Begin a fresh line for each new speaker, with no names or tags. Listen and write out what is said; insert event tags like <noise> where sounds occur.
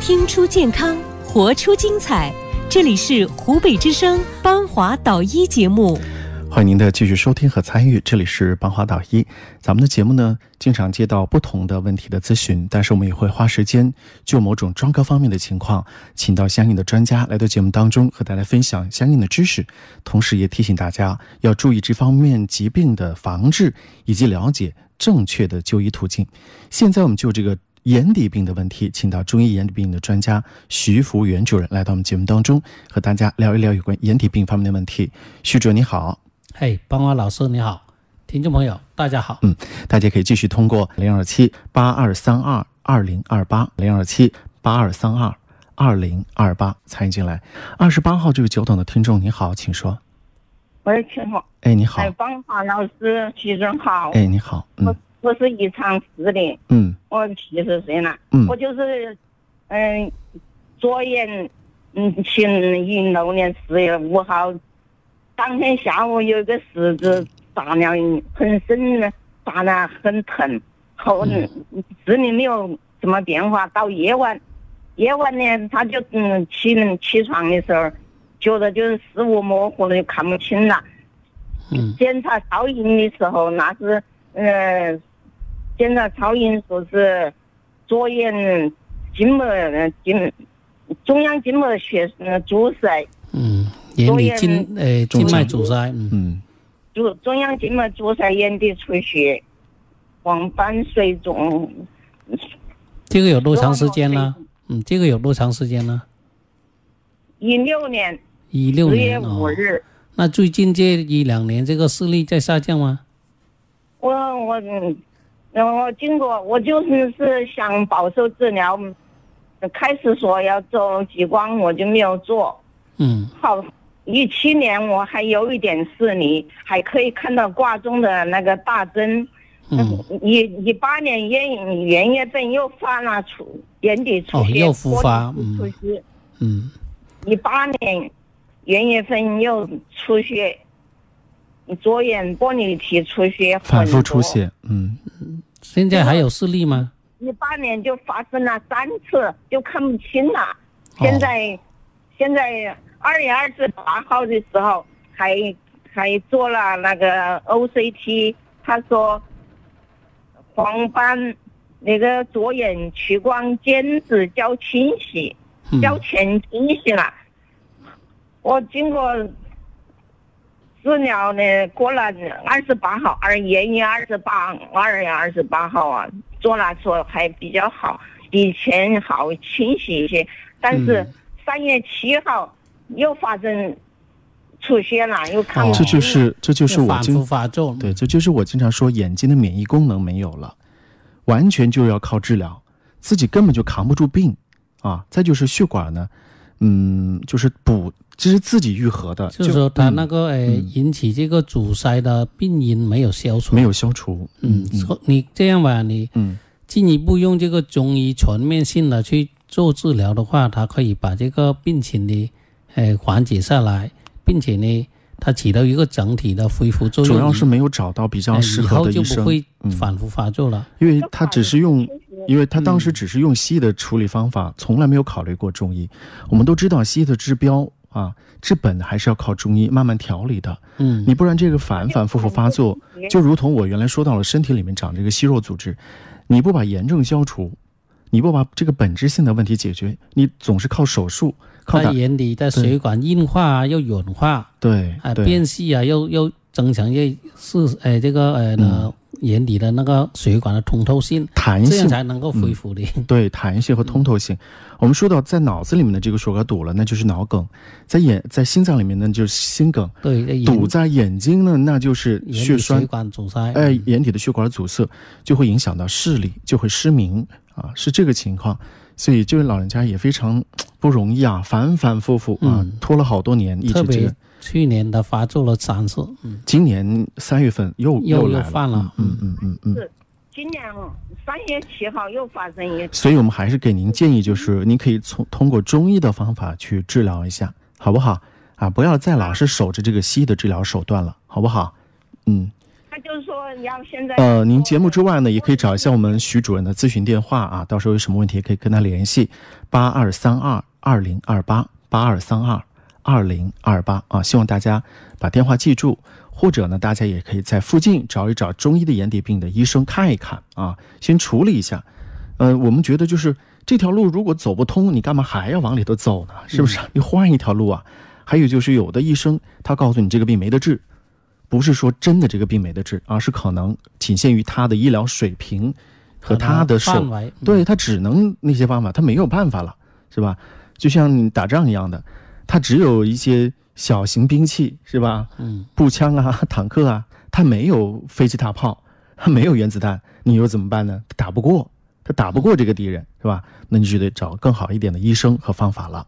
听出健康，活出精彩。这里是湖北之声邦华导医节目。
欢迎您的继续收听和参与，这里是邦华导医。咱们的节目呢，经常接到不同的问题的咨询，但是我们也会花时间就某种专科方面的情况，请到相应的专家来到节目当中和大家分享相应的知识，同时也提醒大家要注意这方面疾病的防治以及了解正确的就医途径。现在我们就这个眼底病的问题，请到中医眼底病的专家徐福元主任来到我们节目当中，和大家聊一聊有关眼底病方面的问题。徐主任你好。
嘿，邦华老师你好，听众朋友大家好。
嗯，大家可以继续通过零二七八二三二二零二八零二七八二三二二零二八参与进来。二十八号这位久等的听众你好，请说。
喂，请好，
哎，你好
哎，，邦华老师，徐总好，
哎，你好，嗯
我我是宜昌市的，
嗯
我七十岁了，
嗯
我就是，嗯，昨夜，嗯，去一六年四月五号，当天下午有一个石子扎了，很深的，扎了很疼，后
嗯
视力没有什么变化，到夜晚，夜晚呢，他就嗯起起床的时候，觉得就是视物模糊了，就看不清了。
嗯
检查超音的时候，那是呃，检查超音说是左眼筋膜呃筋中央筋膜血呃阻塞，
嗯，眼
多
里
眼
静呃
中
静脉
间
阻塞，嗯
嗯
阻中央筋膜阻塞，眼底出血，黄斑水肿。
这个有多长时间了？嗯，这个有多长时间了？
一六年
一六
十月
年
五
哦，
日，
那最近这一两年这个视力在下降吗？
我我嗯，然后我经过我就是是想保守治疗，开始说要做激光，我就没有做。
嗯
好，一七年我还有一点视力，还可以看到挂钟的那个大针。
嗯，
一一八年眼眼叶症又发了出眼底出血，
哦又复发嗯
出血。
嗯
一八年元月份又出血，左眼玻璃体出血，
反复出。血，嗯
现在还有视力吗？
一八年就发生了三次，就看不清了。
哦
现在，现在二月二十八号的时候还还做了那个 OCT，他说黄斑那个左眼屈光间质较清晰，
嗯
较前清晰了。我经过治疗呢，过了二十八号，二元月二十八，二月二十八号啊，做了说还比较好，比以前好清晰一些。但是
嗯
三月七号又发生出血了，又看
哦
不
这
清
就
了、
是这就是我
反
经
复发作。
对，这就是我经常说眼睛的免疫功能没有了，完全就要靠治疗，自己根本就扛不住病啊。再就是血管呢，嗯，就是补，这是自己愈合的，
就是说它
嗯
那个呃引起这个阻塞的病因没有消除。
没有消除，
嗯，说你这样吧，你
嗯
进一步用这个中医全面性的去做治疗的话，它可以把这个病情的呃缓解下来，并且呢，它起到一个整体的恢复作用。
主要是没有找到比较
呃
适
以
合
后
的
就
医
不
生，
会
嗯
反复发作了。
因为他只是用
就反复，
因为他当
嗯
时只是用西医的处理方法，从来没有考虑过中医。我们都知道西医的治标啊治本还是要靠中医慢慢调理的，
嗯
你不然这个反反复复发作，就如同我原来说到了身体里面长这个息肉组织，你不把炎症消除，你不把这个本质性的问题解决，你总是靠手术，靠
它
打
眼底的
对
血管硬化啊，又软化啊、
对
呃
对
变细啊，又又增强这是呃这个呃、呢眼底的那个血管的通透性，
嗯弹
这样
性嗯
才能够恢复的。
对弹性和
嗯
通透性。我们说到在脑子里面的这个血管堵了，那就是脑梗；在眼在心脏里面呢，就是心梗；
<laughs> 对，眼
堵在眼睛呢，那就是
眼
血
底
栓
血管阻塞。嗯
哎，眼底的血管阻塞就会影响到视力，就会失明啊，是这个情况。所以这位老人家也非常不容易啊，反反复复啊，拖了好多年，一直
嗯特
这
别
样。
去年他发作了三次，
今年三月份又
又
来
犯了
嗯嗯嗯嗯。嗯
是今年三月七号又发生一次。
所以我们还是给您建议，就是您可以从通过中医的方法去治疗一下，好不好？啊，不要再老是守着这个西医的治疗手段了，好不好？嗯，
他就说我要现在
呃，您节目之外呢，也可以找一下我们徐主任的咨询电话啊，到时候有什么问题也可以跟他联系，八二三二二零二八八二三二二零二八啊，希望大家把电话记住，或者呢，大家也可以在附近找一找中医的眼底病的医生看一看啊，先处理一下。呃，我们觉得就是这条路如果走不通，你干嘛还要往里头走呢？是不是？你换一条路啊。还有就是有的医生他告诉你这个病没得治，不是说真的这个病没得治，而是可能仅限于他的医疗水平和他的手
范围，嗯
对他只能那些方法，他没有办法了，是吧？就像你打仗一样的，他只有一些小型兵器，是吧？
嗯，
步枪啊、 <laughs> 坦克啊，他没有飞机大炮，他没有原子弹，你又怎么办呢？他打不过，他打不过这个敌人，是吧？那你就得找更好一点的医生和方法了。